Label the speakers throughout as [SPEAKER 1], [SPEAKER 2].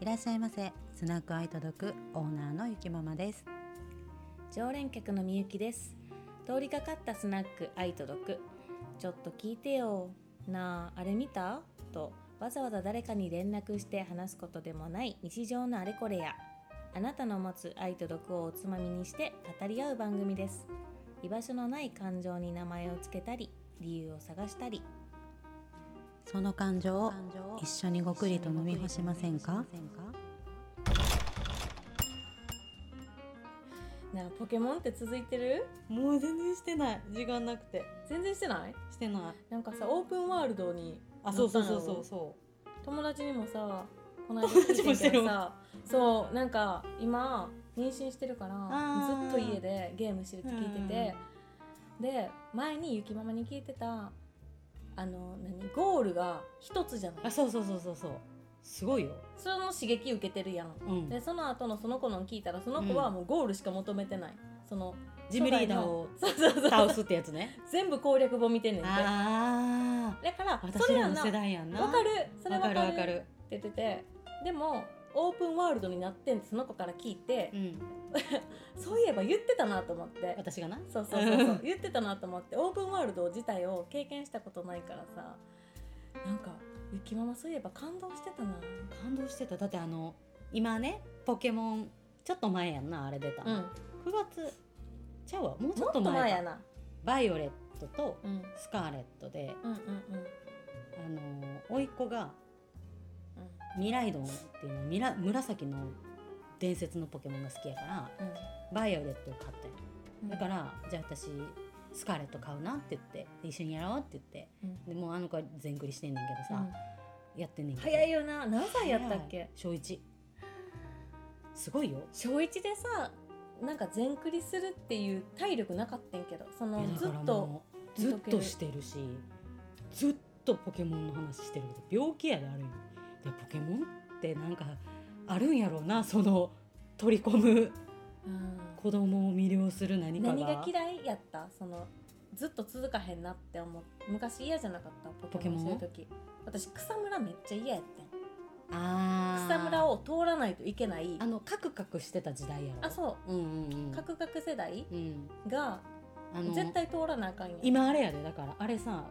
[SPEAKER 1] いらっしゃいませスナックアイ届くオーナーのゆきママです
[SPEAKER 2] 常連客のみゆきです通りかかったスナック愛と毒ちょっと聞いてよなああれ見たとわざわざ誰かに連絡して話すことでもない日常のあれこれやあなたの持つ愛と毒をおつまみにして語り合う番組です居場所のない感情に名前をつけたり理由を探したり
[SPEAKER 1] その感情を一緒にごくりと飲み干しませんか
[SPEAKER 2] なあポケモンって続いてる
[SPEAKER 3] もう全然してない時間なくて
[SPEAKER 2] 全然してない
[SPEAKER 3] してない
[SPEAKER 2] なんかさオープンワールドに
[SPEAKER 3] あそうそうそうそうそ
[SPEAKER 2] 友達にもさこの
[SPEAKER 3] 友達もしてる
[SPEAKER 2] 聞いんけどさそうなんか今妊娠してるから
[SPEAKER 3] あー
[SPEAKER 2] ずっと家でゲームしてるって聞いてて、で前にゆきママに聞いてたあの何ゴールが一つじゃな
[SPEAKER 3] うあ
[SPEAKER 2] い
[SPEAKER 3] そうそうそうそうそうすごいよ
[SPEAKER 2] その刺激受けてるやん
[SPEAKER 3] うん
[SPEAKER 2] でその後のその子の聞いたらその子はもうゴールしか求めてない、その
[SPEAKER 3] ジムリーダーを
[SPEAKER 2] そうそうそう
[SPEAKER 3] 倒すってやつね
[SPEAKER 2] 全部攻略本見てんねんてだ
[SPEAKER 3] あ
[SPEAKER 2] から
[SPEAKER 3] あ
[SPEAKER 2] そ
[SPEAKER 3] 私
[SPEAKER 2] れ
[SPEAKER 3] ら
[SPEAKER 2] は
[SPEAKER 3] の
[SPEAKER 2] な
[SPEAKER 3] 世
[SPEAKER 2] わ
[SPEAKER 3] 代やんな
[SPEAKER 2] かるそれ
[SPEAKER 3] わか
[SPEAKER 2] わかる
[SPEAKER 3] るわかる
[SPEAKER 2] って言っててでもオープンワールドになってんってその子から聞いて
[SPEAKER 3] う、ん
[SPEAKER 2] そういえば言ってたなと思って
[SPEAKER 3] 私がな
[SPEAKER 2] そうそうそ うそう言ってたなと思ってオープンワールド自体を経験したことないからさなんかゆきママそういえば感動してたな
[SPEAKER 3] 感動してただってあの今ねポケモンちょっと前やんなあれ出た、
[SPEAKER 2] うん
[SPEAKER 3] 9月ちゃうわもうち
[SPEAKER 2] も
[SPEAKER 3] ょっと
[SPEAKER 2] っと
[SPEAKER 3] 前か
[SPEAKER 2] 前やな、
[SPEAKER 3] バイオレットと
[SPEAKER 2] うん、うん
[SPEAKER 3] スカーレットで
[SPEAKER 2] うんうん
[SPEAKER 3] あの甥っ子が
[SPEAKER 2] うん
[SPEAKER 3] ミライドンっていうのミラ紫の伝説のポケモンが好きやから
[SPEAKER 2] うん
[SPEAKER 3] バイオレットを買ったんよ
[SPEAKER 2] うん
[SPEAKER 3] だからじゃあ私スカーレット買うなって言ってで一緒にやろうって言って
[SPEAKER 2] う
[SPEAKER 3] で
[SPEAKER 2] ん
[SPEAKER 3] もうあの子は全クリしてんねんけどさ、やってんねんけど
[SPEAKER 2] 早いよな何歳やったっ
[SPEAKER 3] 早
[SPEAKER 2] け
[SPEAKER 3] い小一すごいよ
[SPEAKER 2] 小一でさなんか全クリするっていう体力なかったんけどその
[SPEAKER 3] いや
[SPEAKER 2] ず
[SPEAKER 3] だから
[SPEAKER 2] っと
[SPEAKER 3] もうずっとしてるしずっとポケモンの話してるけど病気やである意味でポケモンってなんかあるんやろうなその取り込む
[SPEAKER 2] うん
[SPEAKER 3] 子供を魅了する何かが
[SPEAKER 2] 何が嫌いやったそのずっと続かへんなって思う昔嫌じゃなかったポケモンす
[SPEAKER 3] ポケモ
[SPEAKER 2] る
[SPEAKER 3] ン
[SPEAKER 2] 時私草むらめっちゃ嫌やって
[SPEAKER 3] あー
[SPEAKER 2] ん草むらを通らないといけない
[SPEAKER 3] あのカクカクしてた時代やろ
[SPEAKER 2] あそう
[SPEAKER 3] うんうんう
[SPEAKER 2] うんカクカク世代
[SPEAKER 3] うん
[SPEAKER 2] が
[SPEAKER 3] あの
[SPEAKER 2] 絶対通らなあかんよ
[SPEAKER 3] 今あれやでだからあれさ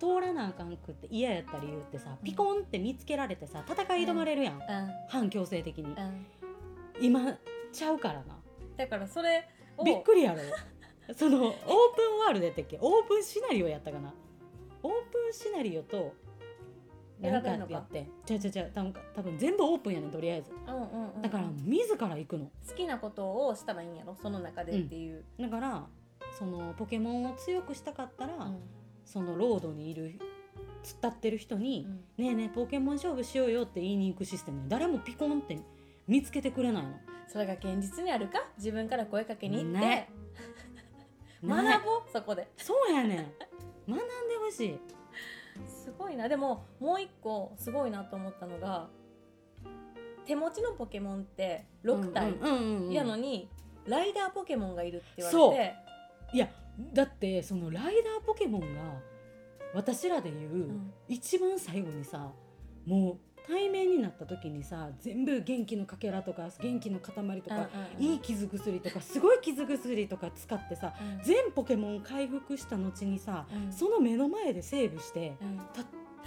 [SPEAKER 3] 通らなあかんくって嫌やった理由ってさピコンって見つけられてさ戦い挑まれるやん、
[SPEAKER 2] う
[SPEAKER 3] 反強制的に、
[SPEAKER 2] んうん
[SPEAKER 3] 今ちゃうからな
[SPEAKER 2] だからそれを
[SPEAKER 3] びっくりやろ そのオープンワールドやったっけオープンシナリオやったかなオープンシナリオと
[SPEAKER 2] 選べ
[SPEAKER 3] や
[SPEAKER 2] んのか
[SPEAKER 3] ってんちゃうちゃうちゃう多分多分全部オープンやねんとりあえず
[SPEAKER 2] うんうんうん
[SPEAKER 3] だから自ら行くの
[SPEAKER 2] 好きなことをしたらいいんやろその中でっていう、
[SPEAKER 3] だからそのポケモンを強くしたかったら、
[SPEAKER 2] うん
[SPEAKER 3] そのロードにいる突っ立ってる人に
[SPEAKER 2] うん
[SPEAKER 3] 「ねえねえポケモン勝負しようよ」って言いに行くシステムで誰もピコンって見つけてくれないの。
[SPEAKER 2] それが現実にあるか自分から声かけに行っ
[SPEAKER 3] ね
[SPEAKER 2] て学
[SPEAKER 3] ない
[SPEAKER 2] ぼうそこで
[SPEAKER 3] そうやねん学んでほしい。
[SPEAKER 2] すごいなでももう一個すごいなと思ったのが手持ちのポケモンって6
[SPEAKER 3] う
[SPEAKER 2] 体
[SPEAKER 3] んうんうんうん
[SPEAKER 2] やのに、ライダーポケモンがいるって言
[SPEAKER 3] そ
[SPEAKER 2] わ
[SPEAKER 3] う
[SPEAKER 2] れて
[SPEAKER 3] いやだってそのライダーポケモンが私らで言う、
[SPEAKER 2] うん
[SPEAKER 3] 一番最後にさもう対面になった時にさ全部元気のかけらとか元気の塊とか、
[SPEAKER 2] うんうん
[SPEAKER 3] いい傷薬とかすごい傷薬とか使ってさ
[SPEAKER 2] うん
[SPEAKER 3] 全ポケモン回復した後にさ
[SPEAKER 2] うん
[SPEAKER 3] その目の前でセーブして
[SPEAKER 2] うん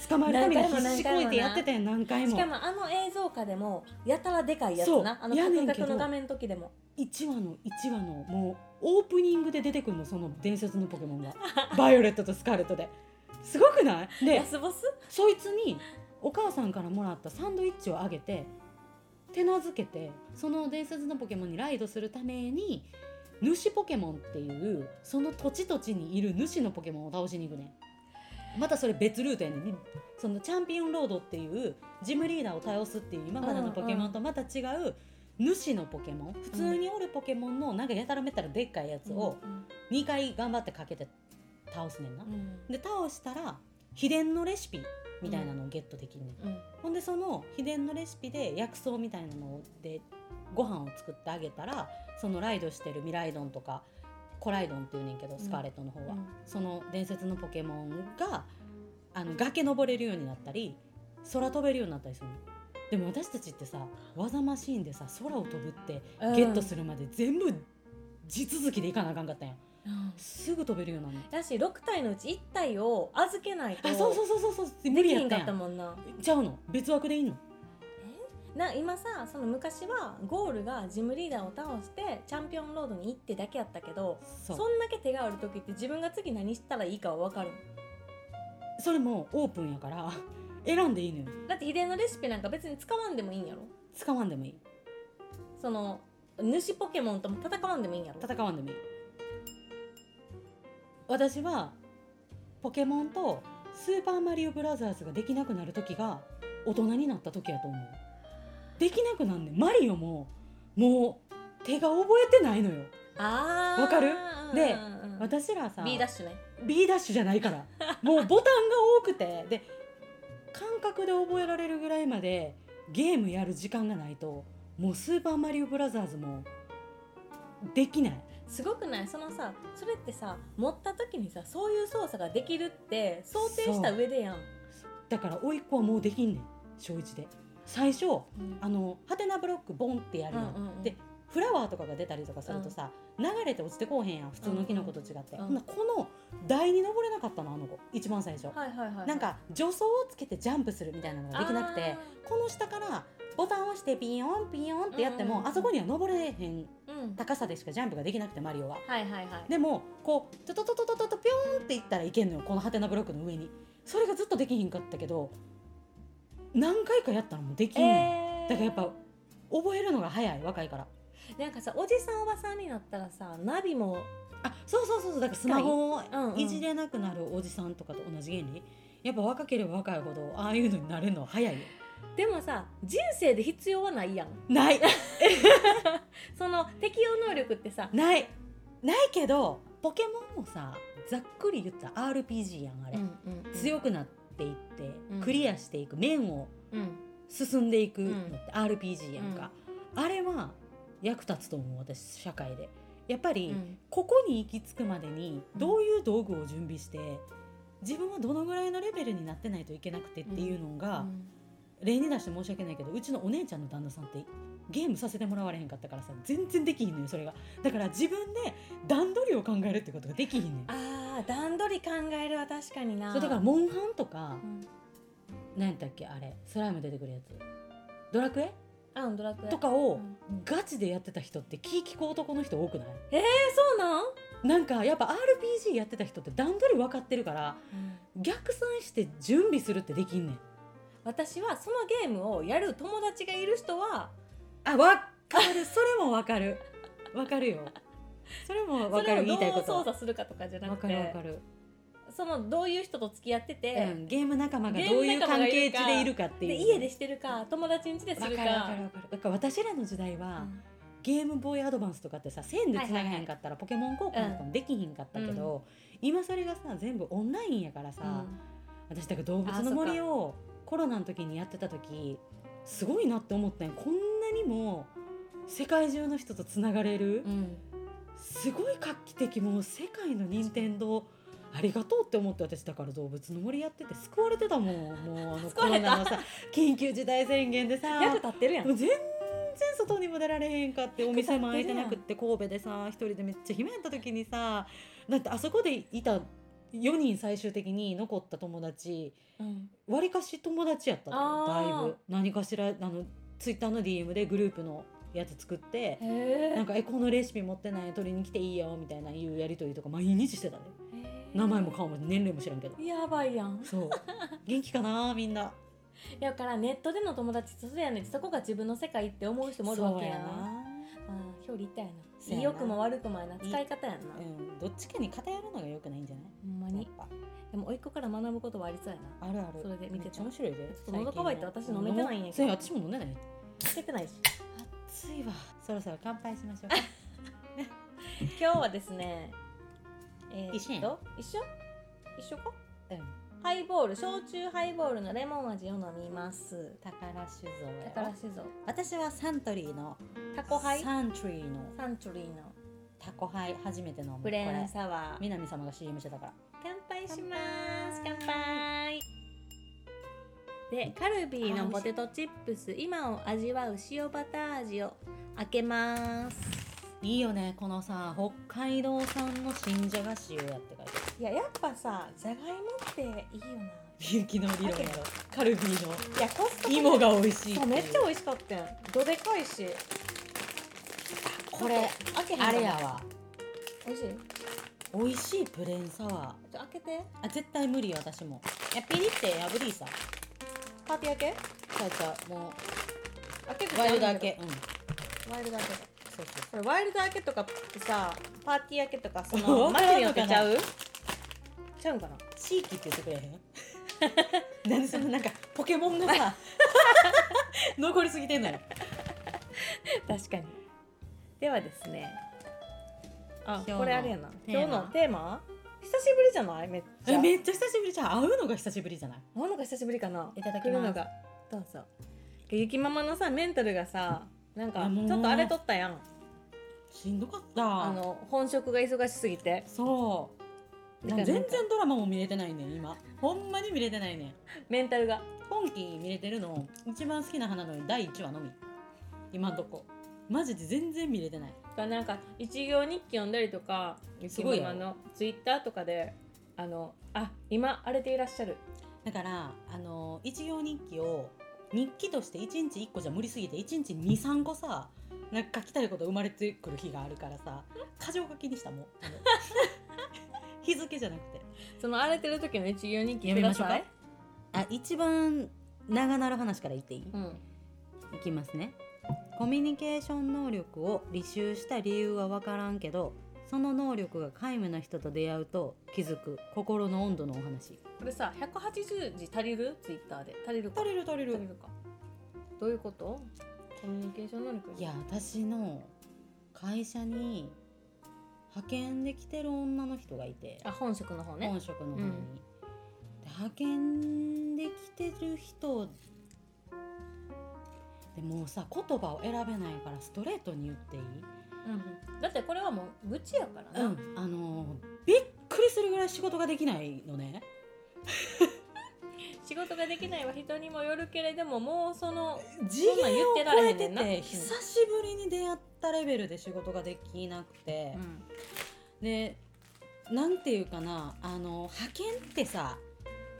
[SPEAKER 3] 捕まえるために
[SPEAKER 2] 何回も
[SPEAKER 3] 必死こいて
[SPEAKER 2] 何回もな
[SPEAKER 3] やってたやん何回
[SPEAKER 2] し
[SPEAKER 3] も
[SPEAKER 2] かもあの映像化でもやたらでかいやつ
[SPEAKER 3] そう
[SPEAKER 2] なあの
[SPEAKER 3] や
[SPEAKER 2] カ
[SPEAKER 3] ねん
[SPEAKER 2] ク
[SPEAKER 3] けど
[SPEAKER 2] カクの画面の時でも
[SPEAKER 3] 1話の1話のもうオープニングで出てくるのその伝説のポケモンがバイオレットとスカーレットですごくないで
[SPEAKER 2] ラスボス
[SPEAKER 3] そいつにお母さんからもらったサンドイッチをあげて手なずけてその伝説のポケモンにライドするために主ポケモンっていうその土地土地にいる主のポケモンを倒しに行くねんまたそれ別ルートやねんそのチャンピオンロードっていうジムリーダーを倒すっていう今までのポケモンとまた違う主のポケモン普通におるポケモンのなんかやたらめったらでっかいやつを2回頑張ってかけて倒すねんな
[SPEAKER 2] うんうん
[SPEAKER 3] で倒したら秘伝のレシピみたいなのをゲットできんねん、
[SPEAKER 2] うん
[SPEAKER 3] ほんでその秘伝のレシピで薬草みたいなのでご飯を作ってあげたらそのライドしてるミライドンとかコライドンっていうねんけどスカーレットの方は、
[SPEAKER 2] うん
[SPEAKER 3] その伝説のポケモンがあの崖登れるようになったり空飛べるようになったりするのでも私たちってさ技マシーンでさ空を飛ぶってゲットするまで全部地続きでいかなあかんかったやん
[SPEAKER 2] うん
[SPEAKER 3] すぐ飛べるようなの
[SPEAKER 2] だし6体のうち1体を預けないと
[SPEAKER 3] あそうそうそうそうそう無
[SPEAKER 2] で
[SPEAKER 3] 理
[SPEAKER 2] き
[SPEAKER 3] や
[SPEAKER 2] へ
[SPEAKER 3] っ
[SPEAKER 2] ん
[SPEAKER 3] た
[SPEAKER 2] か
[SPEAKER 3] や
[SPEAKER 2] った
[SPEAKER 3] ん
[SPEAKER 2] もんな
[SPEAKER 3] ちゃうの別枠でいいの
[SPEAKER 2] な今さその昔はゴールがジムリーダーを倒してチャンピオンロードに行ってだけやったけど
[SPEAKER 3] そ
[SPEAKER 2] そ
[SPEAKER 3] うん
[SPEAKER 2] だけ手がある時って自分が次何したらいいかは分かる
[SPEAKER 3] それもオープンやから選んでいいのよ
[SPEAKER 2] だって秘伝のレシピなんか別に使わんでもいいんやろ
[SPEAKER 3] 使わんでもいい
[SPEAKER 2] その主ポケモンとも戦わんでもいいんやろ
[SPEAKER 3] 戦わんでもいい私はポケモンとスーパーマリオブラザーズができなくなる時が大人になった時やと思うできなくなんねんマリオももう手が覚えてないのよ
[SPEAKER 2] あー
[SPEAKER 3] わかる
[SPEAKER 2] うん
[SPEAKER 3] で
[SPEAKER 2] うんうん
[SPEAKER 3] 私らさ
[SPEAKER 2] B ダッシュね
[SPEAKER 3] B ダッシュじゃないからもうボタンが多くてで感覚で覚えられるぐらいまでゲームやる時間がないともう「スーパーマリオブラザーズ」もできない
[SPEAKER 2] すごくないそのさそれってさ持った時にさそういう操作ができるって想定した上でやん
[SPEAKER 3] だから甥っ子はもうできんねん小一で最初
[SPEAKER 2] うん
[SPEAKER 3] あのハテナブロックボンってやるやん、
[SPEAKER 2] うんうんうん
[SPEAKER 3] でフラワーとかが出たりとかするとさ、流れて落ちてこうへんやん普通のキノコと違って、
[SPEAKER 2] うんうん
[SPEAKER 3] ほんならこの台に登れなかったのあの子一番最初、
[SPEAKER 2] はいはいはいはい
[SPEAKER 3] なんか助走をつけてジャンプするみたいなのができなくてこの下からボタンを押してピヨンピヨンってやっても、
[SPEAKER 2] うんうんうん
[SPEAKER 3] あそこには登れへん
[SPEAKER 2] あーうん
[SPEAKER 3] 高さでしかジャンプができなくてマリオは。
[SPEAKER 2] はいはいはい
[SPEAKER 3] でもこうトトトトトトトピョーンっていったらいけんのよこのハテナブロックの上にそれがずっとできひんかったけど何回かやったらもうできんのよ、
[SPEAKER 2] えー
[SPEAKER 3] だからやっぱ覚えるのが早い若いから
[SPEAKER 2] なんかさおじさんおばさんになったらさナビも
[SPEAKER 3] あそうそうそうそうだからスマホを
[SPEAKER 2] うんうん
[SPEAKER 3] いじれなくなるおじさんとかと同じ原理やっぱ若ければ若いほどああいうのになれるのは早いよ
[SPEAKER 2] でもさ人生で必要はないやん
[SPEAKER 3] ない
[SPEAKER 2] その適応能力ってさ、
[SPEAKER 3] ないないけどポケモンもさざっくり言ったら RPG やんあれ、強くなっていって、
[SPEAKER 2] うん
[SPEAKER 3] クリアしていく面を
[SPEAKER 2] うん
[SPEAKER 3] 進んでいくのって RPG やんか、あれは役立つと思う私社会でやっぱり、
[SPEAKER 2] うん
[SPEAKER 3] ここに行き着くまでに
[SPEAKER 2] うん
[SPEAKER 3] どういう道具を準備して、自分はどのぐらいのレベルになってないといけなくてっていうのが、例に出して申し訳ないけどうちのお姉ちゃんの旦那さんってゲームさせてもらわれへんかったからさ全然できひんのよそれがだから自分で段取りを考えるってことができひんねん
[SPEAKER 2] あー段取り考えるは確かにな
[SPEAKER 3] それだからモンハンとか
[SPEAKER 2] うん
[SPEAKER 3] 何やったっけあれスライム出てくるやつドラクエ
[SPEAKER 2] あドラクエ
[SPEAKER 3] とか
[SPEAKER 2] う
[SPEAKER 3] を
[SPEAKER 2] ん
[SPEAKER 3] ガチでやってた人って気利く男の人多くない
[SPEAKER 2] えそうなん、
[SPEAKER 3] なんかやっぱ RPG やってた人って段取り分かってるから逆算して準備するってできんねん
[SPEAKER 2] 私はそのゲームをやる友達がいる人は
[SPEAKER 3] あわかるそれもわかるわか るよそれも わかる言いた
[SPEAKER 2] それ
[SPEAKER 3] い
[SPEAKER 2] を
[SPEAKER 3] こ
[SPEAKER 2] どう
[SPEAKER 3] と
[SPEAKER 2] 操
[SPEAKER 3] わ
[SPEAKER 2] 作するかとかじゃなく
[SPEAKER 3] かるわ
[SPEAKER 2] て
[SPEAKER 3] かる、
[SPEAKER 2] そのどういう人と付き合って
[SPEAKER 3] う
[SPEAKER 2] て、
[SPEAKER 3] ん、ゲーム仲間がどういう関係地でいるかっていう
[SPEAKER 2] で家でしてるか友達ん家です
[SPEAKER 3] わかる
[SPEAKER 2] るか
[SPEAKER 3] わかるわかるだから私らの時代は、
[SPEAKER 2] うん
[SPEAKER 3] ゲームボーイアドバンスとかってさ線でつながへんかったらポケモン交換とかもできひんかったけど、今それがさ全部オンラインやからさ、
[SPEAKER 2] うん
[SPEAKER 3] 私だから動物
[SPEAKER 2] あそ
[SPEAKER 3] の
[SPEAKER 2] っか
[SPEAKER 3] 森をコロナの時にやってた時すごいなって思ったんよこんなにも世界中の人とつながれる、
[SPEAKER 2] うん
[SPEAKER 3] すごい画期的もう世界の任天堂ありがとうって思って私だから動物の森やってて救われてたもんもうあのコ
[SPEAKER 2] 救わ
[SPEAKER 3] ロ
[SPEAKER 2] れた
[SPEAKER 3] ナのさ緊急事態宣言でさ
[SPEAKER 2] 役立ってるやん
[SPEAKER 3] もう全然外にも出られへんかってお店も開いてなくって神戸でさ一人でめっちゃ暇やった時にさだってあそこでいた4人最終的に残った友達
[SPEAKER 2] うん
[SPEAKER 3] わりかし友達やったのよ
[SPEAKER 2] あ
[SPEAKER 3] だい
[SPEAKER 2] ー
[SPEAKER 3] ぶ何かしらあのツイッターの DM でグループのやつ作って
[SPEAKER 2] へ
[SPEAKER 3] なん
[SPEAKER 2] え
[SPEAKER 3] か「えこのレシピ持ってない取りに来ていいよ」みたいないうやり取りとか毎日してたね名前も顔も年齢も知らんけど
[SPEAKER 2] やばいやん
[SPEAKER 3] そう 元気かなみんな
[SPEAKER 2] だからネットでの友達ってそうやねんそこが自分の世界って思う人もおるわ
[SPEAKER 3] そう
[SPEAKER 2] けや
[SPEAKER 3] や
[SPEAKER 2] な
[SPEAKER 3] な
[SPEAKER 2] あー表裏一体や
[SPEAKER 3] そうやな
[SPEAKER 2] な良くも悪くもやな使い方やんな
[SPEAKER 3] うん、どっちかに偏るのが良くないんじゃない
[SPEAKER 2] ほんま
[SPEAKER 3] やっ
[SPEAKER 2] に
[SPEAKER 3] ぱ
[SPEAKER 2] でも甥っ子から学ぶことはありそうやな
[SPEAKER 3] あるある
[SPEAKER 2] それで見て
[SPEAKER 3] めっち
[SPEAKER 2] た
[SPEAKER 3] ゃ面白いで
[SPEAKER 2] ちょっと喉乾いて私飲めてないんやけ
[SPEAKER 3] そ
[SPEAKER 2] ど
[SPEAKER 3] う私も飲んでない
[SPEAKER 2] つけ てないし
[SPEAKER 3] 暑いわそろそろ乾杯しま しょうか
[SPEAKER 2] 今日はですねえ
[SPEAKER 3] 一緒やん
[SPEAKER 2] ー、と一緒一緒か
[SPEAKER 3] うん
[SPEAKER 2] ハイボール焼酎ハイボールのレモン味を飲みます
[SPEAKER 3] 宝酒造や
[SPEAKER 2] 宝酒造
[SPEAKER 3] 私はサントリーの
[SPEAKER 2] タコハイ
[SPEAKER 3] サントリーの
[SPEAKER 2] サントリーの
[SPEAKER 3] タコハイ初めて飲む
[SPEAKER 2] プレーンサワー
[SPEAKER 3] 南様が CM してたから
[SPEAKER 2] 乾杯します乾杯でカルビーのポテトチップス今を味わう塩バター味を開けます
[SPEAKER 3] いいよねこのさ北海道産の新じゃが塩やって書いてある
[SPEAKER 2] いややっぱさじゃがいもっていいよな
[SPEAKER 3] 雪の理論やろカルビーの
[SPEAKER 2] いやコストコ
[SPEAKER 3] 芋が美味しい
[SPEAKER 2] そうめっちゃ美味しかったやんどでかいし
[SPEAKER 3] これ
[SPEAKER 2] 開けへん
[SPEAKER 3] あれやわ
[SPEAKER 2] 美味しいちょ
[SPEAKER 3] 美味しいプレーンサワ
[SPEAKER 2] っと開けて
[SPEAKER 3] ーあ絶対無理よ私もいやピリって破りさ
[SPEAKER 2] パーティー開け
[SPEAKER 3] ちゃうちゃうも
[SPEAKER 2] 開けて
[SPEAKER 3] うワイルド開けうん
[SPEAKER 2] ワイルド開け
[SPEAKER 3] そうそう
[SPEAKER 2] これワイルド開けとかってさパーティー開けとかそ の
[SPEAKER 3] わ
[SPEAKER 2] マ
[SPEAKER 3] か
[SPEAKER 2] ジ
[SPEAKER 3] らん
[SPEAKER 2] によってちゃうちゃうんかな
[SPEAKER 3] 地域って言ってくれへん なんでそんななんかポケモンがさ 残りすぎてんのよ
[SPEAKER 2] 確かにではですねあ
[SPEAKER 3] 今日の
[SPEAKER 2] これあれやな
[SPEAKER 3] テー
[SPEAKER 2] 今
[SPEAKER 3] マ
[SPEAKER 2] 日のテーマ久しぶりじゃないめっち
[SPEAKER 3] え
[SPEAKER 2] ゃ
[SPEAKER 3] めっちゃ久しぶりじゃん会うのが久しぶりじゃない
[SPEAKER 2] 会うのが久しぶりかない
[SPEAKER 3] ただきます
[SPEAKER 2] 来るのがどうぞゆきママのさメンタルがさなん
[SPEAKER 3] あ
[SPEAKER 2] か
[SPEAKER 3] もう
[SPEAKER 2] ちょっとあれとったやん
[SPEAKER 3] しんどかった
[SPEAKER 2] あの本職が忙しすぎて
[SPEAKER 3] そう
[SPEAKER 2] だ
[SPEAKER 3] な
[SPEAKER 2] から
[SPEAKER 3] 全
[SPEAKER 2] なん
[SPEAKER 3] 然
[SPEAKER 2] か
[SPEAKER 3] ドラマも見れてないねん今ほんまに見れてないねん
[SPEAKER 2] メンタルが
[SPEAKER 3] 今季見れてるの一番好きな花の第1話のみ今んとこマジで全然見れてない
[SPEAKER 2] だからなんか一行日記読んだりとかゆ
[SPEAKER 3] す
[SPEAKER 2] き
[SPEAKER 3] ご
[SPEAKER 2] マ
[SPEAKER 3] いよ
[SPEAKER 2] マのツイッターとかであのあ今荒れていらっしゃる
[SPEAKER 3] だからあの一行日記を日記として1日1個じゃ無理すぎて1日23個さなんか書きたいこと生まれてくる日があるからさ過剰書きにしたもんあの 日付じゃなくて
[SPEAKER 2] その荒れてる時の一行日記
[SPEAKER 3] やめましょうか
[SPEAKER 2] ください
[SPEAKER 3] あ一番長なる話から言っていい、
[SPEAKER 2] うん
[SPEAKER 3] いきますねコミュニケーション能力を履修した理由は分からんけどその能力が皆無な人と出会うと気づく心の温度のお話
[SPEAKER 2] これさ180字足りるツイッターで足りるか
[SPEAKER 3] 足りる足り
[SPEAKER 2] 足りるかどういうことコミュニケーション能力
[SPEAKER 3] いや私の会社に派遣で来てる女の人がいて
[SPEAKER 2] あ本職の方ね
[SPEAKER 3] 本職の方に、
[SPEAKER 2] うん
[SPEAKER 3] で派遣で来てる人でもうさ言葉を選べないからストレートに言っていい
[SPEAKER 2] うん、だってこれはもう愚痴やから
[SPEAKER 3] う
[SPEAKER 2] な、
[SPEAKER 3] ん、あのーびっくりするぐらい仕事ができないのね
[SPEAKER 2] 仕事ができないは人にもよるけれどももうその
[SPEAKER 3] 次元を
[SPEAKER 2] 言ってら
[SPEAKER 3] 超
[SPEAKER 2] れへ
[SPEAKER 3] え
[SPEAKER 2] んね
[SPEAKER 3] て
[SPEAKER 2] んな
[SPEAKER 3] て久しぶりに出会ったレベルで仕事ができなくて、でなんていうかなあの派遣ってさ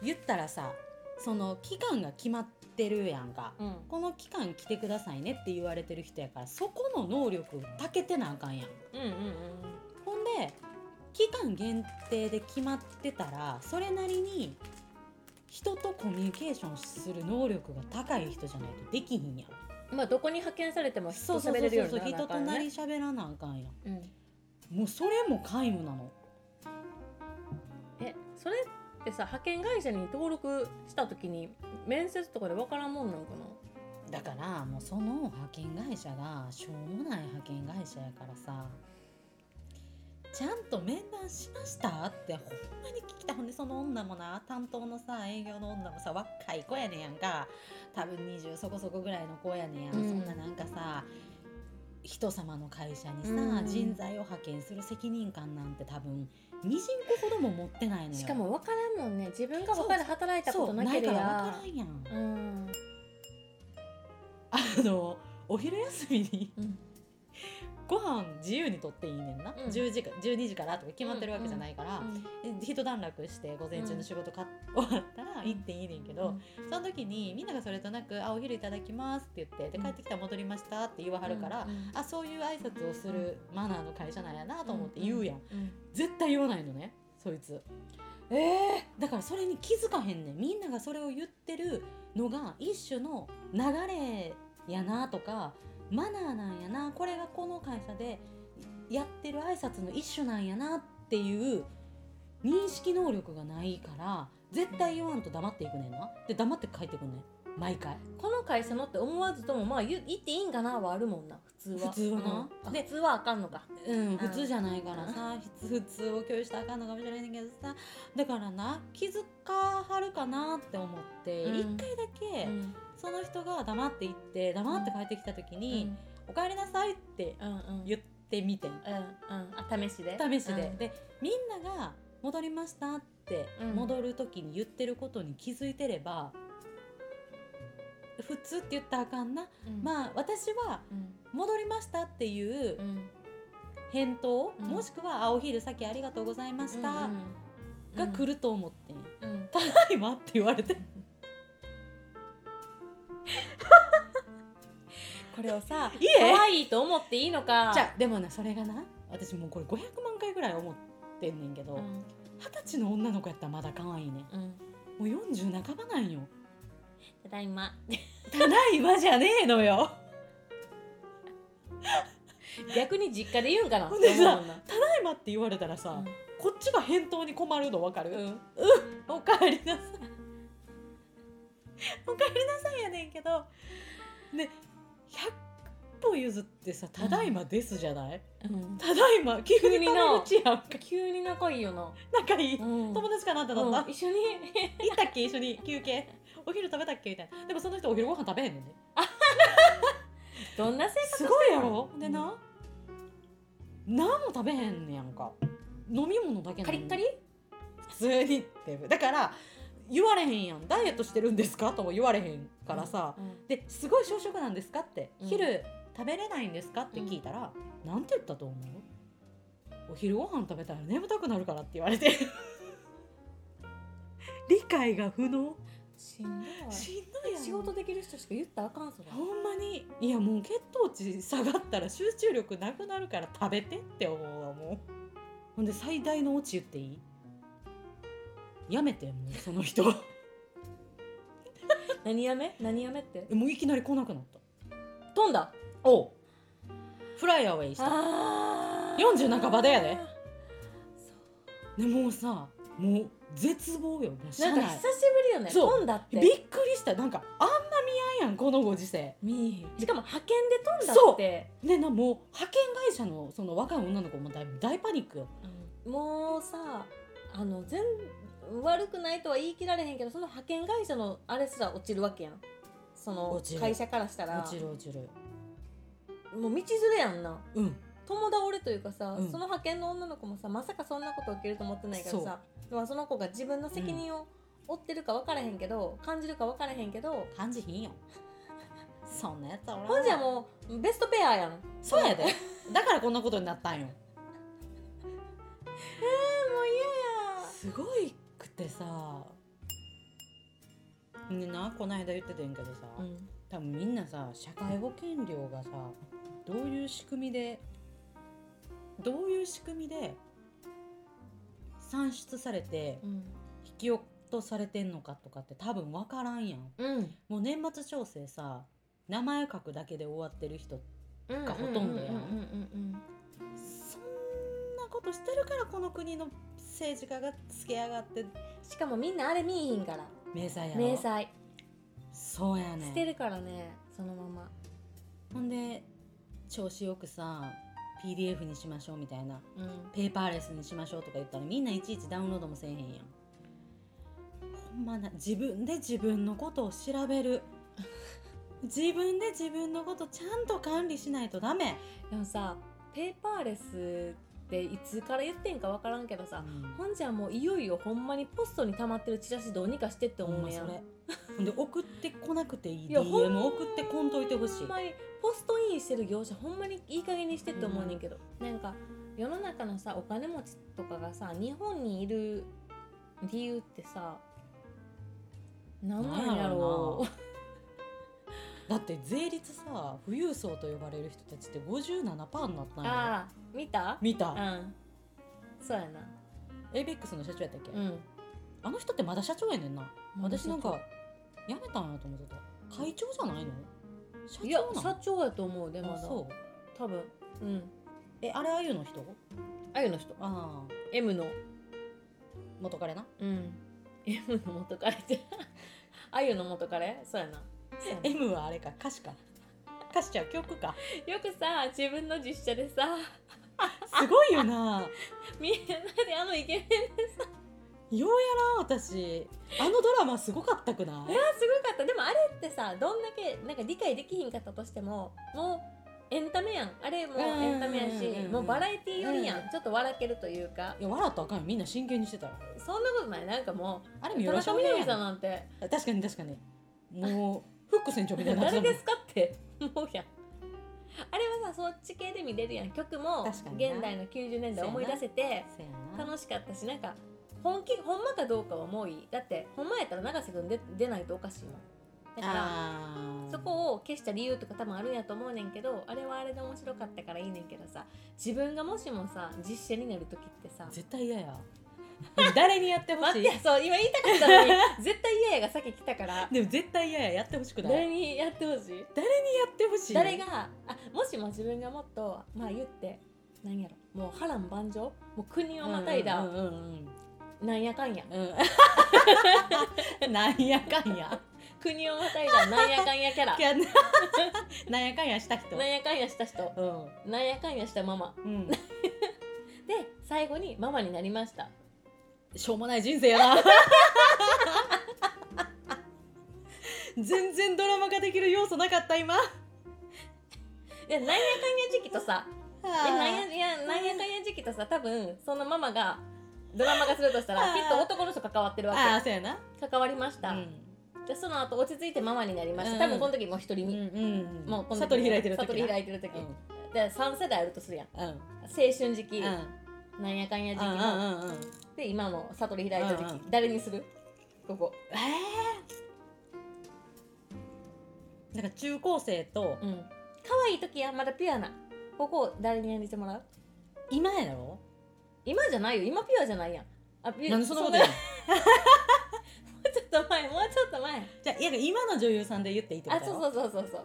[SPEAKER 3] 言ったらさその期間が決まってるやんか、
[SPEAKER 2] うん、
[SPEAKER 3] この期間来てくださいねって言われてる人やからそこの能力たけてなあかんやん
[SPEAKER 2] うんうん
[SPEAKER 3] ほんで期間限定で決まってたらそれなりに人とコミュニケーションする能力が高い人じゃないとできひんやん
[SPEAKER 2] うんまあどこに派遣されても人
[SPEAKER 3] そう
[SPEAKER 2] と
[SPEAKER 3] そう
[SPEAKER 2] 喋
[SPEAKER 3] そう
[SPEAKER 2] れるよ
[SPEAKER 3] そう
[SPEAKER 2] うになら
[SPEAKER 3] 人
[SPEAKER 2] なあか
[SPEAKER 3] と
[SPEAKER 2] ん
[SPEAKER 3] な
[SPEAKER 2] ね
[SPEAKER 3] り喋らなあかんやん
[SPEAKER 2] うん、
[SPEAKER 3] もうそれも皆無なの
[SPEAKER 2] えそれってさ派遣会社に登録した時に面接とかで分からんもんなんか
[SPEAKER 3] だからもうその派遣会社がしょうもない派遣会社やからさちゃんと面談しましたってほんまに聞きたほんでその女もな担当のさ営業の女もさ若い子やねんやんか多分20そこそこぐらいの子やねんやん、
[SPEAKER 2] うん
[SPEAKER 3] そんななんかさ人様の会社にさ、
[SPEAKER 2] うん
[SPEAKER 3] 人材を派遣する責任感なんて多分ミジンコほども持ってないのよ
[SPEAKER 2] なしかも分からんもんね自分が他で働いたこ
[SPEAKER 3] そ
[SPEAKER 2] と
[SPEAKER 3] う
[SPEAKER 2] な
[SPEAKER 3] な
[SPEAKER 2] け
[SPEAKER 3] い
[SPEAKER 2] れ
[SPEAKER 3] から分
[SPEAKER 2] ば
[SPEAKER 3] からんやん
[SPEAKER 2] うん、
[SPEAKER 3] あのお昼休みに
[SPEAKER 2] うん、
[SPEAKER 3] ご飯自由にとっていいねんな、
[SPEAKER 2] うん
[SPEAKER 3] 10時か12時からとか決まってるわけじゃないから、で一段落して午前中の仕事か、終わったら行っていいねんけど、その時にみんながそれとなく「あお昼いただきます」って言ってで帰ってきたら戻りましたって言わはるから、
[SPEAKER 2] うん
[SPEAKER 3] あそういう挨拶をするマナーの会社なんやなと思って言うやん、
[SPEAKER 2] うん
[SPEAKER 3] 絶対言わないのねそいつえー、だからそれに気づかへんねんみんながそれを言ってるのが一種の流れやなとかマナーなんやなこれがこの会社でやってる挨拶の一種なんやなっていう認識能力がないから絶対言わんと黙っていくねんなで黙って帰ってくんねん毎回
[SPEAKER 2] この会社のって思わずともまあ言言っていいんかなはあるもんな普通は
[SPEAKER 3] 普通はな
[SPEAKER 2] うんあ
[SPEAKER 3] で
[SPEAKER 2] 普通はあかんのか
[SPEAKER 3] うん、普通じゃないからさ、普通普通を共有したらあかんのかもしれないけどさだからな気づかはるかなって思って
[SPEAKER 2] うん
[SPEAKER 3] 一、回だけ、
[SPEAKER 2] うん
[SPEAKER 3] その人が黙って行って黙って帰ってきた時に「おかえりなさい」って
[SPEAKER 2] うんうん
[SPEAKER 3] 言ってみてん
[SPEAKER 2] うんうんあ試しで
[SPEAKER 3] 試しで、
[SPEAKER 2] うん
[SPEAKER 3] でみんなが「戻りました」って
[SPEAKER 2] うん
[SPEAKER 3] 戻る時に言ってることに気づいてれば普通って言ったらあかんな、
[SPEAKER 2] うんあ、
[SPEAKER 3] まあ私は
[SPEAKER 2] うん
[SPEAKER 3] 戻りましたっていう
[SPEAKER 2] うん、
[SPEAKER 3] 返答、
[SPEAKER 2] うん
[SPEAKER 3] もしくは「青ヒールさっきありがとうございました」が来
[SPEAKER 2] る、
[SPEAKER 3] ると思ってん
[SPEAKER 2] うんうん
[SPEAKER 3] 「ただいま」って言わ れて
[SPEAKER 2] これをさ
[SPEAKER 3] いえ
[SPEAKER 2] 可愛いと思っていいのか
[SPEAKER 3] じゃあでもなそれがな私もうこれ500万回ぐらい思ってんねんけど
[SPEAKER 2] う
[SPEAKER 3] 二十、
[SPEAKER 2] ん
[SPEAKER 3] 歳の女の子やったらまだ可愛いね
[SPEAKER 2] うん、
[SPEAKER 3] もう40半ばなん よ
[SPEAKER 2] ただいま
[SPEAKER 3] ただいまじゃねえのよ
[SPEAKER 2] 逆に実家で言うんかな
[SPEAKER 3] ほんでさ
[SPEAKER 2] 思うもんな
[SPEAKER 3] ただいまって言われたらさ、こっちが返答に困るの分かる、
[SPEAKER 2] うんうん
[SPEAKER 3] おかえりなさいおかえりなさいやねんけどね100歩譲ってさ「ただいまです」じゃない、
[SPEAKER 2] うん
[SPEAKER 3] ただいま急
[SPEAKER 2] 急
[SPEAKER 3] に
[SPEAKER 2] に
[SPEAKER 3] タ
[SPEAKER 2] な
[SPEAKER 3] メ口やん
[SPEAKER 2] 急に仲いいよな、
[SPEAKER 3] 仲いい、
[SPEAKER 2] うん
[SPEAKER 3] 友達かなってなった、
[SPEAKER 2] うん一緒に
[SPEAKER 3] 行ったっけ一緒に休憩お昼食べたっけみたいなでもその人お昼ご飯食べへんねんね
[SPEAKER 2] どんな生活
[SPEAKER 3] すごいやろ
[SPEAKER 2] うん
[SPEAKER 3] でな、何も食べへんねやんか飲み物だけな
[SPEAKER 2] カ
[SPEAKER 3] の
[SPEAKER 2] リ
[SPEAKER 3] に
[SPEAKER 2] ッカリ
[SPEAKER 3] 普通にってだから言われへんやんダイエットしてるんですかとも言われへんからさ、
[SPEAKER 2] うん
[SPEAKER 3] ですごい小食なんですかって、
[SPEAKER 2] うん
[SPEAKER 3] 昼食べれないんですかって聞いたら、なんて言ったと思うお昼ご飯食べたら眠たくなるからって言われて理解が不能
[SPEAKER 2] しんどい
[SPEAKER 3] しんどいやん
[SPEAKER 2] 仕事できる人しか言ったらあかんそれ
[SPEAKER 3] ほんまにいやもう血糖値下がったら集中力なくなるから食べてって思うわもうほんで最大のオチ言っていいやめてもうその 人
[SPEAKER 2] 何やめ何やめって
[SPEAKER 3] もういきなり来なくなった
[SPEAKER 2] 飛んだ
[SPEAKER 3] おうフライアウェイした
[SPEAKER 2] あー
[SPEAKER 3] 40半ばだよねでもうさもう絶望よもう
[SPEAKER 2] な
[SPEAKER 3] 社
[SPEAKER 2] んか
[SPEAKER 3] 内
[SPEAKER 2] 久しぶりよね
[SPEAKER 3] そう
[SPEAKER 2] 飛んだって
[SPEAKER 3] びっくりしたなんかあんな見合いやんこのご時世
[SPEAKER 2] みーしかも派遣で飛んだって
[SPEAKER 3] ねなもう派遣会社のその若い女の子も大大パニックよ
[SPEAKER 2] もうさあの全悪くないとは言い切られへんけどその派遣会社のあれすら落ちるわけやんその
[SPEAKER 3] 落ちる
[SPEAKER 2] 会社からしたら
[SPEAKER 3] 落ちる落ちる
[SPEAKER 2] もう道連れやんな
[SPEAKER 3] うん
[SPEAKER 2] 友倒れというかさ、
[SPEAKER 3] うん
[SPEAKER 2] その派遣の女の子もさまさかそんなこと起きると思ってないからさまあその子が自分の責任を負ってるか分からへんけど、感じるか分からへんけど
[SPEAKER 3] 感じひんよ そんなやつはおらんわ
[SPEAKER 2] ほんじゃもうベストペアやん
[SPEAKER 3] そうやでだからこんなことになったんよすごいくてさねなこないだ言ってたんやけどさ、
[SPEAKER 2] えーもう嫌やん
[SPEAKER 3] 多分みんなさ社会保険料がさどういう仕組みでどういう仕組みで算出されて引き落とされてんのかとかって多分分からんやん
[SPEAKER 2] うんうん
[SPEAKER 3] もう年末調整さ名前書くだけで終わってる人
[SPEAKER 2] うん
[SPEAKER 3] がほとんどやん
[SPEAKER 2] うんうんうん
[SPEAKER 3] そんなことしてるからこの国の政治家がつけ上がって
[SPEAKER 2] しかもみんなあれ見えへんから
[SPEAKER 3] 明細やろ
[SPEAKER 2] 明細
[SPEAKER 3] そうやね
[SPEAKER 2] 捨
[SPEAKER 3] ん
[SPEAKER 2] てるからねそのまま
[SPEAKER 3] ほんで調子よくさ PDF にしましょうみたいな
[SPEAKER 2] うん
[SPEAKER 3] ペーパーレスにしましょうとか言ったらみんないちいちダウンロードもせえへんやんほんまな自分で自分のことを調べる 自分で自分のことちゃんと管理しないとダメ、
[SPEAKER 2] でもさペーパーレスっていつから言ってんか分からんけどさほんじゃもういよいよほんまにポストに溜まってるチラシどうにかしてって
[SPEAKER 3] ほ
[SPEAKER 2] 思
[SPEAKER 3] ん
[SPEAKER 2] う
[SPEAKER 3] ま
[SPEAKER 2] ねや
[SPEAKER 3] そ
[SPEAKER 2] ん
[SPEAKER 3] れほんで送ってこなくていい
[SPEAKER 2] いやほん
[SPEAKER 3] DM 送ってこんといてほし
[SPEAKER 2] ほ
[SPEAKER 3] い
[SPEAKER 2] んまにポストインしてる業者ほんまにいい加減にしてって思うねんけど、なんか世の中のさお金持ちとかがさ日本にいる理由ってさなんなんやろう
[SPEAKER 3] だって税率さ富裕層と呼ばれる人たちって57%になったんや
[SPEAKER 2] ああ見た
[SPEAKER 3] 見
[SPEAKER 2] う
[SPEAKER 3] た
[SPEAKER 2] んそうやな
[SPEAKER 3] エイベックスの社長やったっけ、
[SPEAKER 2] うん
[SPEAKER 3] あの人ってまだ社長やねんな私なん
[SPEAKER 2] ま
[SPEAKER 3] か
[SPEAKER 2] だ
[SPEAKER 3] やめたんやと思ってた会長じゃないの社
[SPEAKER 2] 社長いや
[SPEAKER 3] 長な
[SPEAKER 2] 社
[SPEAKER 3] の
[SPEAKER 2] 長やと思うで
[SPEAKER 3] あ
[SPEAKER 2] まだ
[SPEAKER 3] そう
[SPEAKER 2] 多分うん
[SPEAKER 3] えあれあゆの人
[SPEAKER 2] あゆの人
[SPEAKER 3] ああ
[SPEAKER 2] M の
[SPEAKER 3] 元彼な
[SPEAKER 2] うん M の元彼ってあゆの元彼そうやなそうやな
[SPEAKER 3] M はあれか歌詞か歌詞ちゃう曲か
[SPEAKER 2] よくさ自分の実写でさ
[SPEAKER 3] すごいよな
[SPEAKER 2] みんなであのイケメン
[SPEAKER 3] ようやら私あのドラマすごかったくない
[SPEAKER 2] いやすごかったでもあれってさどんだけなんか理解できひんかったとしてももうエンタメやんあれもうエンタメや
[SPEAKER 3] うんうんうん
[SPEAKER 2] し
[SPEAKER 3] うん
[SPEAKER 2] もうバラエティー寄りやん、
[SPEAKER 3] うん
[SPEAKER 2] ちょっと笑けるというか
[SPEAKER 3] いや笑ったらあかんよみんな真剣にしてたよ
[SPEAKER 2] そんなことないなんかも
[SPEAKER 3] あれ
[SPEAKER 2] う
[SPEAKER 3] 三
[SPEAKER 2] 田
[SPEAKER 3] 浦
[SPEAKER 2] 中
[SPEAKER 3] 翔
[SPEAKER 2] みな
[SPEAKER 3] 平
[SPEAKER 2] 実
[SPEAKER 3] や
[SPEAKER 2] さん
[SPEAKER 3] な
[SPEAKER 2] なんて
[SPEAKER 3] 確かに確かにもうフック船長みたいな
[SPEAKER 2] 誰ですすかって思うやんあれはさそっち系で見れるやん曲も
[SPEAKER 3] 確かにな
[SPEAKER 2] 現代の90年代思い出せて
[SPEAKER 3] せやな
[SPEAKER 2] 楽しかったしなんか本気ほんまかどうかはもういいだってほんまやったら永瀬君で出ないとおかしいもんだから
[SPEAKER 3] あー
[SPEAKER 2] そこを消した理由とか多分あるんやと思うねんけどあれはあれで面白かったからいいねんけどさ自分がもしもさ実写になる時ってさ
[SPEAKER 3] 絶対嫌や誰にやってほ
[SPEAKER 2] 待
[SPEAKER 3] し
[SPEAKER 2] っ
[SPEAKER 3] い
[SPEAKER 2] てそう今言いたかったの に絶対嫌やが先来たから
[SPEAKER 3] でも絶対嫌ややってほしくない
[SPEAKER 2] 誰にやってほしい
[SPEAKER 3] やってほしい
[SPEAKER 2] 誰があもしも自分がもっとまあ言って何やろもう波乱万丈もう国をまたいだ、
[SPEAKER 3] うんうん
[SPEAKER 2] なんやかんや
[SPEAKER 3] うんうんうん なんやかんや
[SPEAKER 2] 国をまたいだなんやかんやキャラ
[SPEAKER 3] いやななんやかんやした人
[SPEAKER 2] なんやかんやした人
[SPEAKER 3] うん
[SPEAKER 2] なんやかんやしたママ
[SPEAKER 3] うん
[SPEAKER 2] で最後にママになりました
[SPEAKER 3] しょうもない人生やな全然ドラマができる要素なかった今
[SPEAKER 2] でなんやかんや時期とさでなんやいやなんやかんや時期とさ多分そのママがドラマ化するとしたら
[SPEAKER 3] あー
[SPEAKER 2] きっと男の人関わってるわ
[SPEAKER 3] ああ
[SPEAKER 2] け
[SPEAKER 3] そうやな、
[SPEAKER 2] 関わりました、
[SPEAKER 3] うん
[SPEAKER 2] でその後落ち着いてママになりまし
[SPEAKER 3] うん
[SPEAKER 2] た多分この時もう一人
[SPEAKER 3] うん
[SPEAKER 2] に、
[SPEAKER 3] うん、
[SPEAKER 2] もうこの
[SPEAKER 3] 悟り開いてる時
[SPEAKER 2] 悟り
[SPEAKER 3] い
[SPEAKER 2] 開いてる時、
[SPEAKER 3] てうん
[SPEAKER 2] で3世代あるとするやん
[SPEAKER 3] うん
[SPEAKER 2] 青春時期、
[SPEAKER 3] うん
[SPEAKER 2] なんやかんや時期
[SPEAKER 3] う
[SPEAKER 2] の、
[SPEAKER 3] んうんうん
[SPEAKER 2] で今の悟り開いた時期、
[SPEAKER 3] うんう
[SPEAKER 2] 誰にするここ
[SPEAKER 3] えー、なんか中高生と
[SPEAKER 2] うん可愛い時はまだピュアなここを誰にやりてもらう
[SPEAKER 3] 今やろ
[SPEAKER 2] 今じゃないよ今ピュアじゃないやんあピュ
[SPEAKER 3] なんでそんなこと
[SPEAKER 2] も
[SPEAKER 3] 言うの
[SPEAKER 2] うちょっと前もうちょっと前
[SPEAKER 3] じゃあいや今の女優さんで言っていいってこ
[SPEAKER 2] あ
[SPEAKER 3] と
[SPEAKER 2] そう
[SPEAKER 3] う
[SPEAKER 2] そうそうそうそう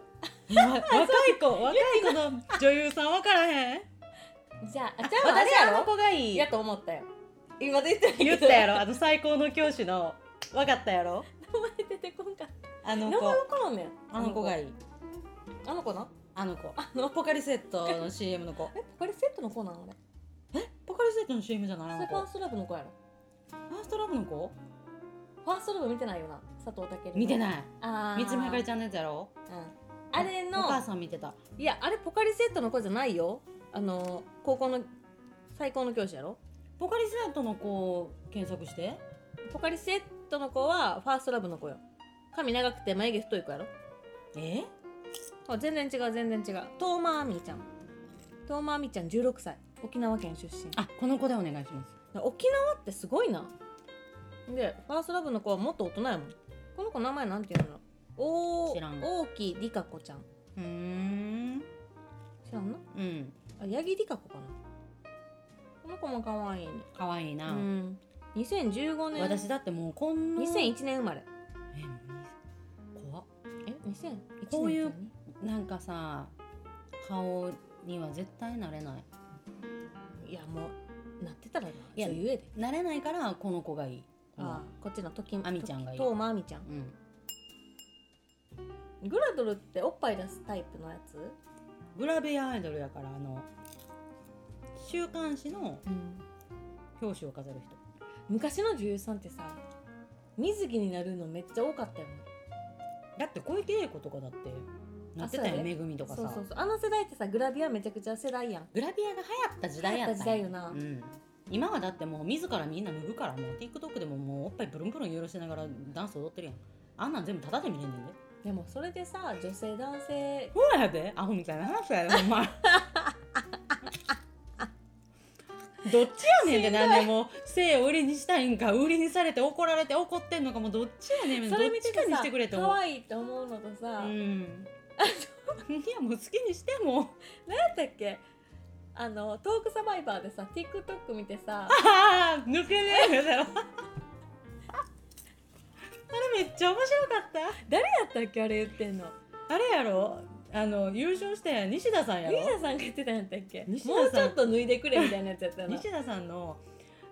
[SPEAKER 3] 若 い子若い子の女優さん分からへん
[SPEAKER 2] じゃああ
[SPEAKER 3] あ
[SPEAKER 2] じゃああれ
[SPEAKER 3] 私
[SPEAKER 2] や
[SPEAKER 3] あの
[SPEAKER 2] ろ
[SPEAKER 3] 子がいい
[SPEAKER 2] やと思ったよ今出て
[SPEAKER 3] 言ったやろあの最高の教師の分かったやろ
[SPEAKER 2] 名前出てこんかった
[SPEAKER 3] あの
[SPEAKER 2] 名前
[SPEAKER 3] 子
[SPEAKER 2] わからんねん
[SPEAKER 3] あの子がいい
[SPEAKER 2] あの子な
[SPEAKER 3] あの子
[SPEAKER 2] あの
[SPEAKER 3] ポカリセットの CM の子
[SPEAKER 2] えこれセットの子なのあれ
[SPEAKER 3] ポカリセットの CM じゃないあ
[SPEAKER 2] そ
[SPEAKER 3] の
[SPEAKER 2] れファ
[SPEAKER 3] 子
[SPEAKER 2] ーストラブの子やろ
[SPEAKER 3] ファーストラブの子
[SPEAKER 2] ファーストラブ見てないよな佐藤健
[SPEAKER 3] 見て
[SPEAKER 2] い
[SPEAKER 3] ない
[SPEAKER 2] あ
[SPEAKER 3] 三つ目あかり
[SPEAKER 2] ゃ
[SPEAKER 3] ちゃんのやつやろ
[SPEAKER 2] ん、うん、あれの
[SPEAKER 3] お母さん見てた
[SPEAKER 2] いやあれポカリセットの子じゃないよあの高校の最高の教師やろ
[SPEAKER 3] ポカリセットの子を検索して
[SPEAKER 2] ポカリセットの子はファーストラブの子よ髪長くて眉毛太い子やろ
[SPEAKER 3] え
[SPEAKER 2] あ全然違う全然違うトーマーアミーちゃんトーマーアミーちゃん16歳沖縄県出身
[SPEAKER 3] あこの子でお願いします
[SPEAKER 2] 沖縄ってすごいなでファーストラブの子はもっと大人やもんこの子名前なんていうのお
[SPEAKER 3] 知らん
[SPEAKER 2] 大木理香子ちゃん
[SPEAKER 3] うーん
[SPEAKER 2] 知らんな
[SPEAKER 3] うん
[SPEAKER 2] あ八木理香子かなこの子も可愛いね
[SPEAKER 3] 可愛いな、
[SPEAKER 2] うん2015年
[SPEAKER 3] 私だってもうこんな
[SPEAKER 2] 2001年生まれ
[SPEAKER 3] え怖っ
[SPEAKER 2] え2001年
[SPEAKER 3] こういうなんかさ顔には絶対なれない
[SPEAKER 2] いやもうなってたら
[SPEAKER 3] いや
[SPEAKER 2] 今女優やで
[SPEAKER 3] なれないからこの子がいい
[SPEAKER 2] ああこっちの時
[SPEAKER 3] あみちゃんがいい
[SPEAKER 2] トーマあみちゃん
[SPEAKER 3] うん
[SPEAKER 2] グラドルっておっぱい出すタイプのやつ
[SPEAKER 3] グラビアアイドルやからあの週刊誌の表紙を飾る人
[SPEAKER 2] 昔の女優さんってさ水着になるのめっちゃ多かったよね
[SPEAKER 3] だって小池栄子とかだってなってた
[SPEAKER 2] そう
[SPEAKER 3] よ
[SPEAKER 2] やで
[SPEAKER 3] めぐみとか
[SPEAKER 2] そう
[SPEAKER 3] さ
[SPEAKER 2] そうそうあの世代ってさグラビアめちゃくちゃ世代やん
[SPEAKER 3] グラビアが流行った時代やったん
[SPEAKER 2] 流行った時代よな
[SPEAKER 3] うん、今はだってもう自らみんな脱ぐからもう TikTok でももうおっぱいブルンブルン揺らしながらダンス踊ってるやんあんなん全部タダで見れんねんで
[SPEAKER 2] でもそれでさ女性男性
[SPEAKER 3] そうやでアホみたいな話やでほん まどっちやねんってなんでもう性を売りにしたいんか売りにされて怒られて怒ってんのかもうどっちやねん
[SPEAKER 2] それ見
[SPEAKER 3] ど
[SPEAKER 2] て
[SPEAKER 3] っちか
[SPEAKER 2] て
[SPEAKER 3] に
[SPEAKER 2] さ
[SPEAKER 3] してくれと思う
[SPEAKER 2] 可愛いと思うのとさ、
[SPEAKER 3] う
[SPEAKER 2] なん
[SPEAKER 3] んいやもう好きにしても
[SPEAKER 2] だっけあのトークサバイバーでさ TikTok 見てさ
[SPEAKER 3] ああ抜けねえみたいなあれめっちゃ面白かっ
[SPEAKER 2] 誰やったっけあれ言ってんの
[SPEAKER 3] たあれやろあの優勝したやん西田さんや
[SPEAKER 2] 西
[SPEAKER 3] ろ
[SPEAKER 2] 田さんが言ってたんやったっけもう
[SPEAKER 3] 西
[SPEAKER 2] ち
[SPEAKER 3] 田さん
[SPEAKER 2] ょっと脱いでくれみたいなやつやったな
[SPEAKER 3] 西田さんの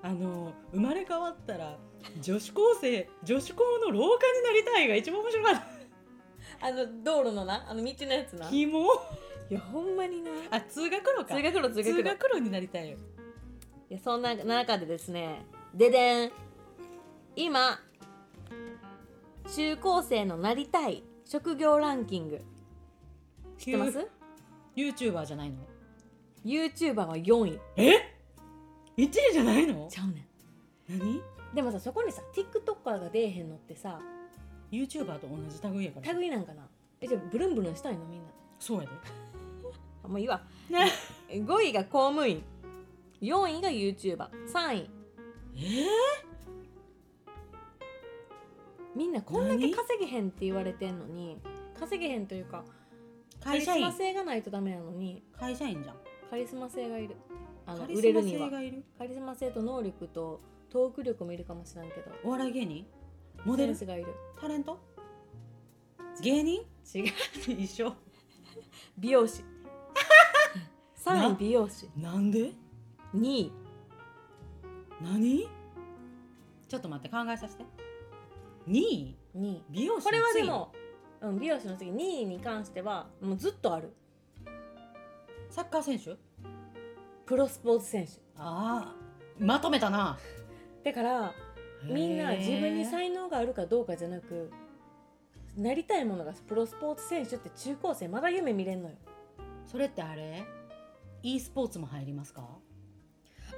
[SPEAKER 3] あの生まれ変わったら女子高生女子校の廊下になりたいが一番面白かっ
[SPEAKER 2] あの道路のなあの道のやつな
[SPEAKER 3] た
[SPEAKER 2] い
[SPEAKER 3] 肝
[SPEAKER 2] やほんまにな
[SPEAKER 3] あ通学路か
[SPEAKER 2] 通学路通学路
[SPEAKER 3] 通路になりたいよ
[SPEAKER 2] いやそんな中でですねででん今中高生のなりたい職業ランキング知ってます
[SPEAKER 3] YouTuber じゃないの
[SPEAKER 2] ?YouTuber は4位
[SPEAKER 3] え1位じゃないの
[SPEAKER 2] ちゃうね
[SPEAKER 3] 何
[SPEAKER 2] んでもさそこにさ TikToker が出えへんのってさ
[SPEAKER 3] YouTuber と同じ類やから
[SPEAKER 2] 類なんかなえじゃあブルンブルンしたいのみんな
[SPEAKER 3] そうや
[SPEAKER 2] あもういいわ
[SPEAKER 3] で、ね、
[SPEAKER 2] 5位が公務員4位が YouTuber3 位
[SPEAKER 3] えー、
[SPEAKER 2] みんなこんだけ
[SPEAKER 3] 何
[SPEAKER 2] 稼げへんって言われてんのに稼げへんというかカ
[SPEAKER 3] 会
[SPEAKER 2] リス
[SPEAKER 3] 社員
[SPEAKER 2] マ性がないとダメなのに
[SPEAKER 3] 会社員じゃん
[SPEAKER 2] カリスマ性がいるあの
[SPEAKER 3] カ
[SPEAKER 2] 売
[SPEAKER 3] リ
[SPEAKER 2] れ
[SPEAKER 3] ス
[SPEAKER 2] る
[SPEAKER 3] マ
[SPEAKER 2] には
[SPEAKER 3] 性がいる
[SPEAKER 2] カリスマ性と能力とトーク力もいるかもしれんけど
[SPEAKER 3] お笑い芸人モデル
[SPEAKER 2] センスがいる
[SPEAKER 3] タレント芸人
[SPEAKER 2] 違う
[SPEAKER 3] 一緒
[SPEAKER 2] 美容師3位美容師
[SPEAKER 3] なんで
[SPEAKER 2] 2位
[SPEAKER 3] 何ちょっと待って考えさせて2位
[SPEAKER 2] 2位
[SPEAKER 3] 美容師の
[SPEAKER 2] これはで
[SPEAKER 3] 次
[SPEAKER 2] も、うん、美容師の次2位に関してはもうずっとある
[SPEAKER 3] サッカー選手
[SPEAKER 2] プロスポーツ選手
[SPEAKER 3] ああまとめたな
[SPEAKER 2] だからみんな
[SPEAKER 3] へー
[SPEAKER 2] 自分に才能があるかどうかじゃなくなりたいものがプロスポーツ選手って中高生まだ夢見れんのよ
[SPEAKER 3] それってあれ e スポーツも入りますか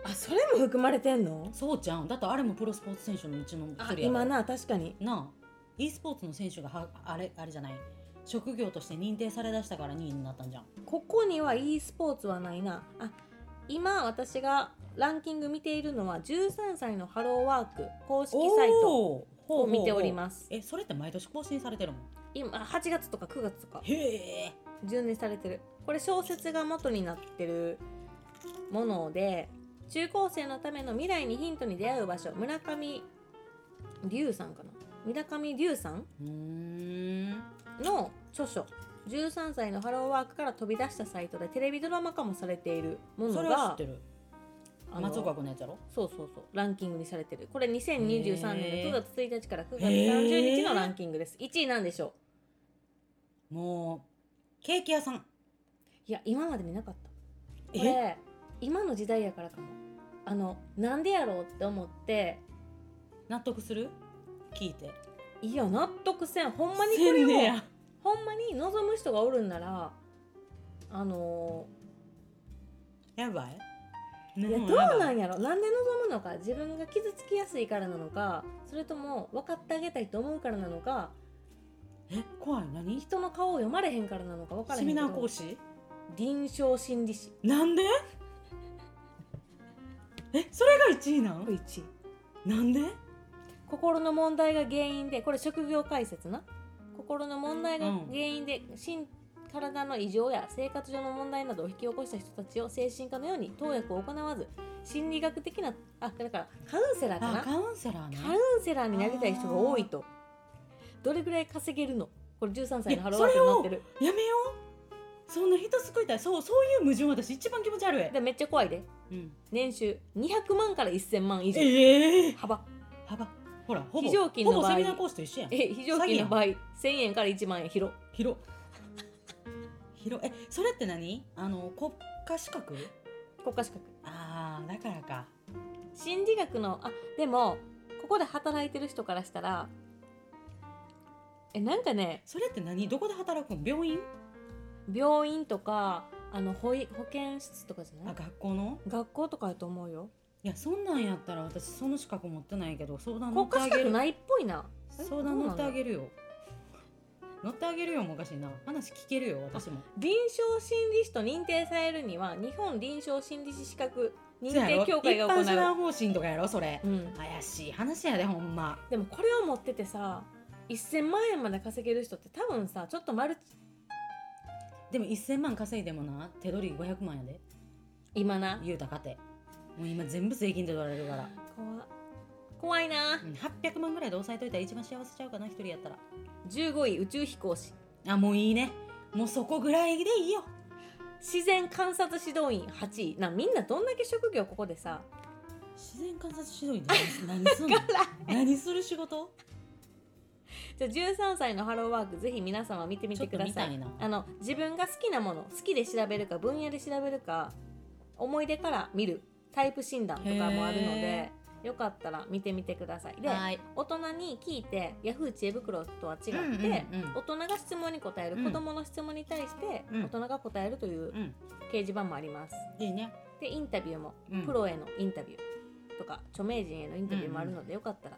[SPEAKER 2] あそれも含まれてんの
[SPEAKER 3] そうちゃんだってあれもプロスポーツ選手のうちの一人
[SPEAKER 2] あ
[SPEAKER 3] やろ
[SPEAKER 2] 今な確かに
[SPEAKER 3] なあ e スポーツの選手がはあれあれじゃない職業として認定されだしたから2位になったんじゃん
[SPEAKER 2] ここには e スポーツはないなあ今私がランキング見ているのは13歳のハローワーク公式サイト
[SPEAKER 3] おーほ
[SPEAKER 2] を
[SPEAKER 3] う
[SPEAKER 2] 見ており
[SPEAKER 3] す
[SPEAKER 2] ます
[SPEAKER 3] えそれって毎年更新されてるもん
[SPEAKER 2] 今あ8月とか9月とか
[SPEAKER 3] へえ
[SPEAKER 2] 順にされてるこれ小説が元になってるもので中高生のための未来にヒントに出会う場所村上龍さんかな村上龍さん
[SPEAKER 3] うーん
[SPEAKER 2] の著書13歳のハローワークから飛び出したサイトでテレビドラマ化もされているもの
[SPEAKER 3] それは知
[SPEAKER 2] が
[SPEAKER 3] ってる
[SPEAKER 2] あの
[SPEAKER 3] 松岡君のやつやろ
[SPEAKER 2] そうそうそうランキングにされてるこれ2023年の9月1日から9月
[SPEAKER 3] へー
[SPEAKER 2] 30日のランキングです1位なんでしょ
[SPEAKER 3] もうケーキ屋さん
[SPEAKER 2] ういや今までになかった
[SPEAKER 3] え
[SPEAKER 2] これ今の時代やからかもあのなんでやろうって思って
[SPEAKER 3] 納得する聞いて
[SPEAKER 2] いや納得せんほんまにこ
[SPEAKER 3] せ
[SPEAKER 2] れ
[SPEAKER 3] んね
[SPEAKER 2] も
[SPEAKER 3] や
[SPEAKER 2] ほんまに望む人がおるんならあの
[SPEAKER 3] やばい
[SPEAKER 2] ーいやどうなんやろなんで望むのか自分が傷つきやすいからなのかそれとも分かってあげたいと思うからなのか
[SPEAKER 3] え怖い何
[SPEAKER 2] 人の顔を読まれへんからなのか分からへ
[SPEAKER 3] セ
[SPEAKER 2] んけ
[SPEAKER 3] ミナー
[SPEAKER 2] ど
[SPEAKER 3] 講師
[SPEAKER 2] 臨床心理士
[SPEAKER 3] なんでえそれが1位な
[SPEAKER 2] こ
[SPEAKER 3] の
[SPEAKER 2] れ1位
[SPEAKER 3] なんで
[SPEAKER 2] 心の問題が原因でこれ職業解説な心の問題が
[SPEAKER 3] うん
[SPEAKER 2] 原因で、心体の異常や生活上の問題などを引き起こした人たちを精神科のように投薬を行わず心理学的なあだからカウンセラーかな
[SPEAKER 3] あカウンセラーね
[SPEAKER 2] カウンセラーになりたい人が多いとどれぐらい稼げるのこれ13歳のハローワークになってる
[SPEAKER 3] やめようそんな人救いたいそうそういう矛盾私一番気持ち悪い、
[SPEAKER 2] でめっちゃ怖いで
[SPEAKER 3] うん、
[SPEAKER 2] 年収200万から1000万以上
[SPEAKER 3] ええ
[SPEAKER 2] 幅
[SPEAKER 3] 幅ほらほぼ
[SPEAKER 2] 非常勤の
[SPEAKER 3] ほぼ
[SPEAKER 2] 場合
[SPEAKER 3] セミナー講師と一緒やん
[SPEAKER 2] え非常勤の場合1000円から1万円広
[SPEAKER 3] 広広えそれって何あの国家資格
[SPEAKER 2] 国家資格
[SPEAKER 3] ああだからか
[SPEAKER 2] 心理学のあでもここで働いてる人からしたらえなんかね
[SPEAKER 3] それって何どこで働くん病院
[SPEAKER 2] 病院とかあの保い保健室とかじゃな
[SPEAKER 3] あ
[SPEAKER 2] い
[SPEAKER 3] 学校の
[SPEAKER 2] 学校とかやと思うよ
[SPEAKER 3] いやそんなんやったら私その資格持ってないけど相談乗
[SPEAKER 2] 国
[SPEAKER 3] って
[SPEAKER 2] 家
[SPEAKER 3] あげ
[SPEAKER 2] 資格
[SPEAKER 3] る
[SPEAKER 2] ないっぽいなえ
[SPEAKER 3] 相談
[SPEAKER 2] そ
[SPEAKER 3] 乗
[SPEAKER 2] うな
[SPEAKER 3] っ
[SPEAKER 2] ん
[SPEAKER 3] て
[SPEAKER 2] だ
[SPEAKER 3] あげるよ乗ってあげるよもおかしいな話聞けるよ私も
[SPEAKER 2] 臨床心理士と認定されるには日本臨床心理士資格認
[SPEAKER 3] そやろ
[SPEAKER 2] 定協会が行
[SPEAKER 3] 一般社団
[SPEAKER 2] う、
[SPEAKER 3] 法人とかやろそれ
[SPEAKER 2] うん、
[SPEAKER 3] 怪しい話やでほんま
[SPEAKER 2] でもこれを持っててさ1000万円まで稼げる人って多分さちょっとマルチ
[SPEAKER 3] でも1000万稼いでもな手取り500万やで
[SPEAKER 2] 今な
[SPEAKER 3] 言うたかてもう今全部税金で取られるから、
[SPEAKER 2] 怖っ怖いな
[SPEAKER 3] うん、800万ぐらいで抑えといたら一番幸せちゃうかな一人やったら
[SPEAKER 2] 15位宇宙飛行士
[SPEAKER 3] あもういいねもうそこぐらいでいいよ
[SPEAKER 2] 自然観察指導員8位なみんなどんだけ職業ここでさ
[SPEAKER 3] 自然観察指導員って何何すん の何する仕事
[SPEAKER 2] じゃあ13歳のハローワークぜひ皆様見てみ
[SPEAKER 3] ちょ
[SPEAKER 2] て
[SPEAKER 3] っ
[SPEAKER 2] く
[SPEAKER 3] と
[SPEAKER 2] だ
[SPEAKER 3] 見
[SPEAKER 2] さ
[SPEAKER 3] た
[SPEAKER 2] い
[SPEAKER 3] いな
[SPEAKER 2] あの自分が好きなもの好きで調べるか分野で調べるか思い出から見るタイプ診断とかもあるので
[SPEAKER 3] へ
[SPEAKER 2] よかったら見てみてくださいで
[SPEAKER 3] はい
[SPEAKER 2] 大人に聞いてヤフー知恵袋とは違って、
[SPEAKER 3] うんうんうん
[SPEAKER 2] 大人が質問に答える、
[SPEAKER 3] うん
[SPEAKER 2] 子どもの質問に対して
[SPEAKER 3] うん
[SPEAKER 2] 大人が答えるとい
[SPEAKER 3] う
[SPEAKER 2] う
[SPEAKER 3] ん
[SPEAKER 2] 掲示板もあります。
[SPEAKER 3] いいね
[SPEAKER 2] でインタビューも、
[SPEAKER 3] うん
[SPEAKER 2] プロへのインタビューとか著名人へのインタビューもあるので、よかったら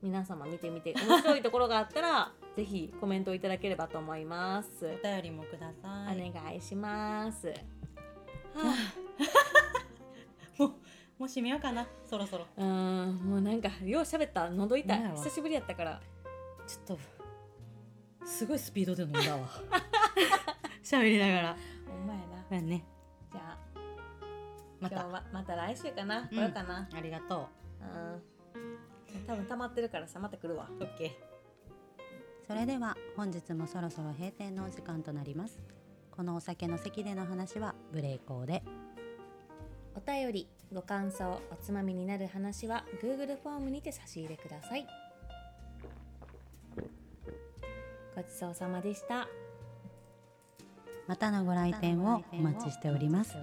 [SPEAKER 2] 皆様見てみて面白いところがあったら ぜひコメントをいただければと思います。
[SPEAKER 3] お便りもくだ
[SPEAKER 2] お
[SPEAKER 3] さい。
[SPEAKER 2] 願いします。は
[SPEAKER 3] もう締めようかな、そろそろ。
[SPEAKER 2] あ、うーんもうなんかよう喋った喉痛い
[SPEAKER 4] ねえわ
[SPEAKER 2] 久しぶりやったから
[SPEAKER 4] ちょっとすごいスピードで飲ん だわ喋りながら
[SPEAKER 2] お前な
[SPEAKER 4] まあね
[SPEAKER 2] じゃあ
[SPEAKER 4] ま
[SPEAKER 2] 今
[SPEAKER 4] た
[SPEAKER 2] 日はまた来週かな、
[SPEAKER 4] うん
[SPEAKER 2] 来ようかな
[SPEAKER 4] ありがと
[SPEAKER 2] うん多分溜まってるからさまた来るわ
[SPEAKER 4] う OK
[SPEAKER 3] それでは本日もそろそろ閉店のお時間となります。このお酒の席での話はブレイコーで。
[SPEAKER 2] お便りご感想おつまみになる話は Google フォームにて差し入れくださいごちそうさまでした
[SPEAKER 3] またのご来店をお待ちしております。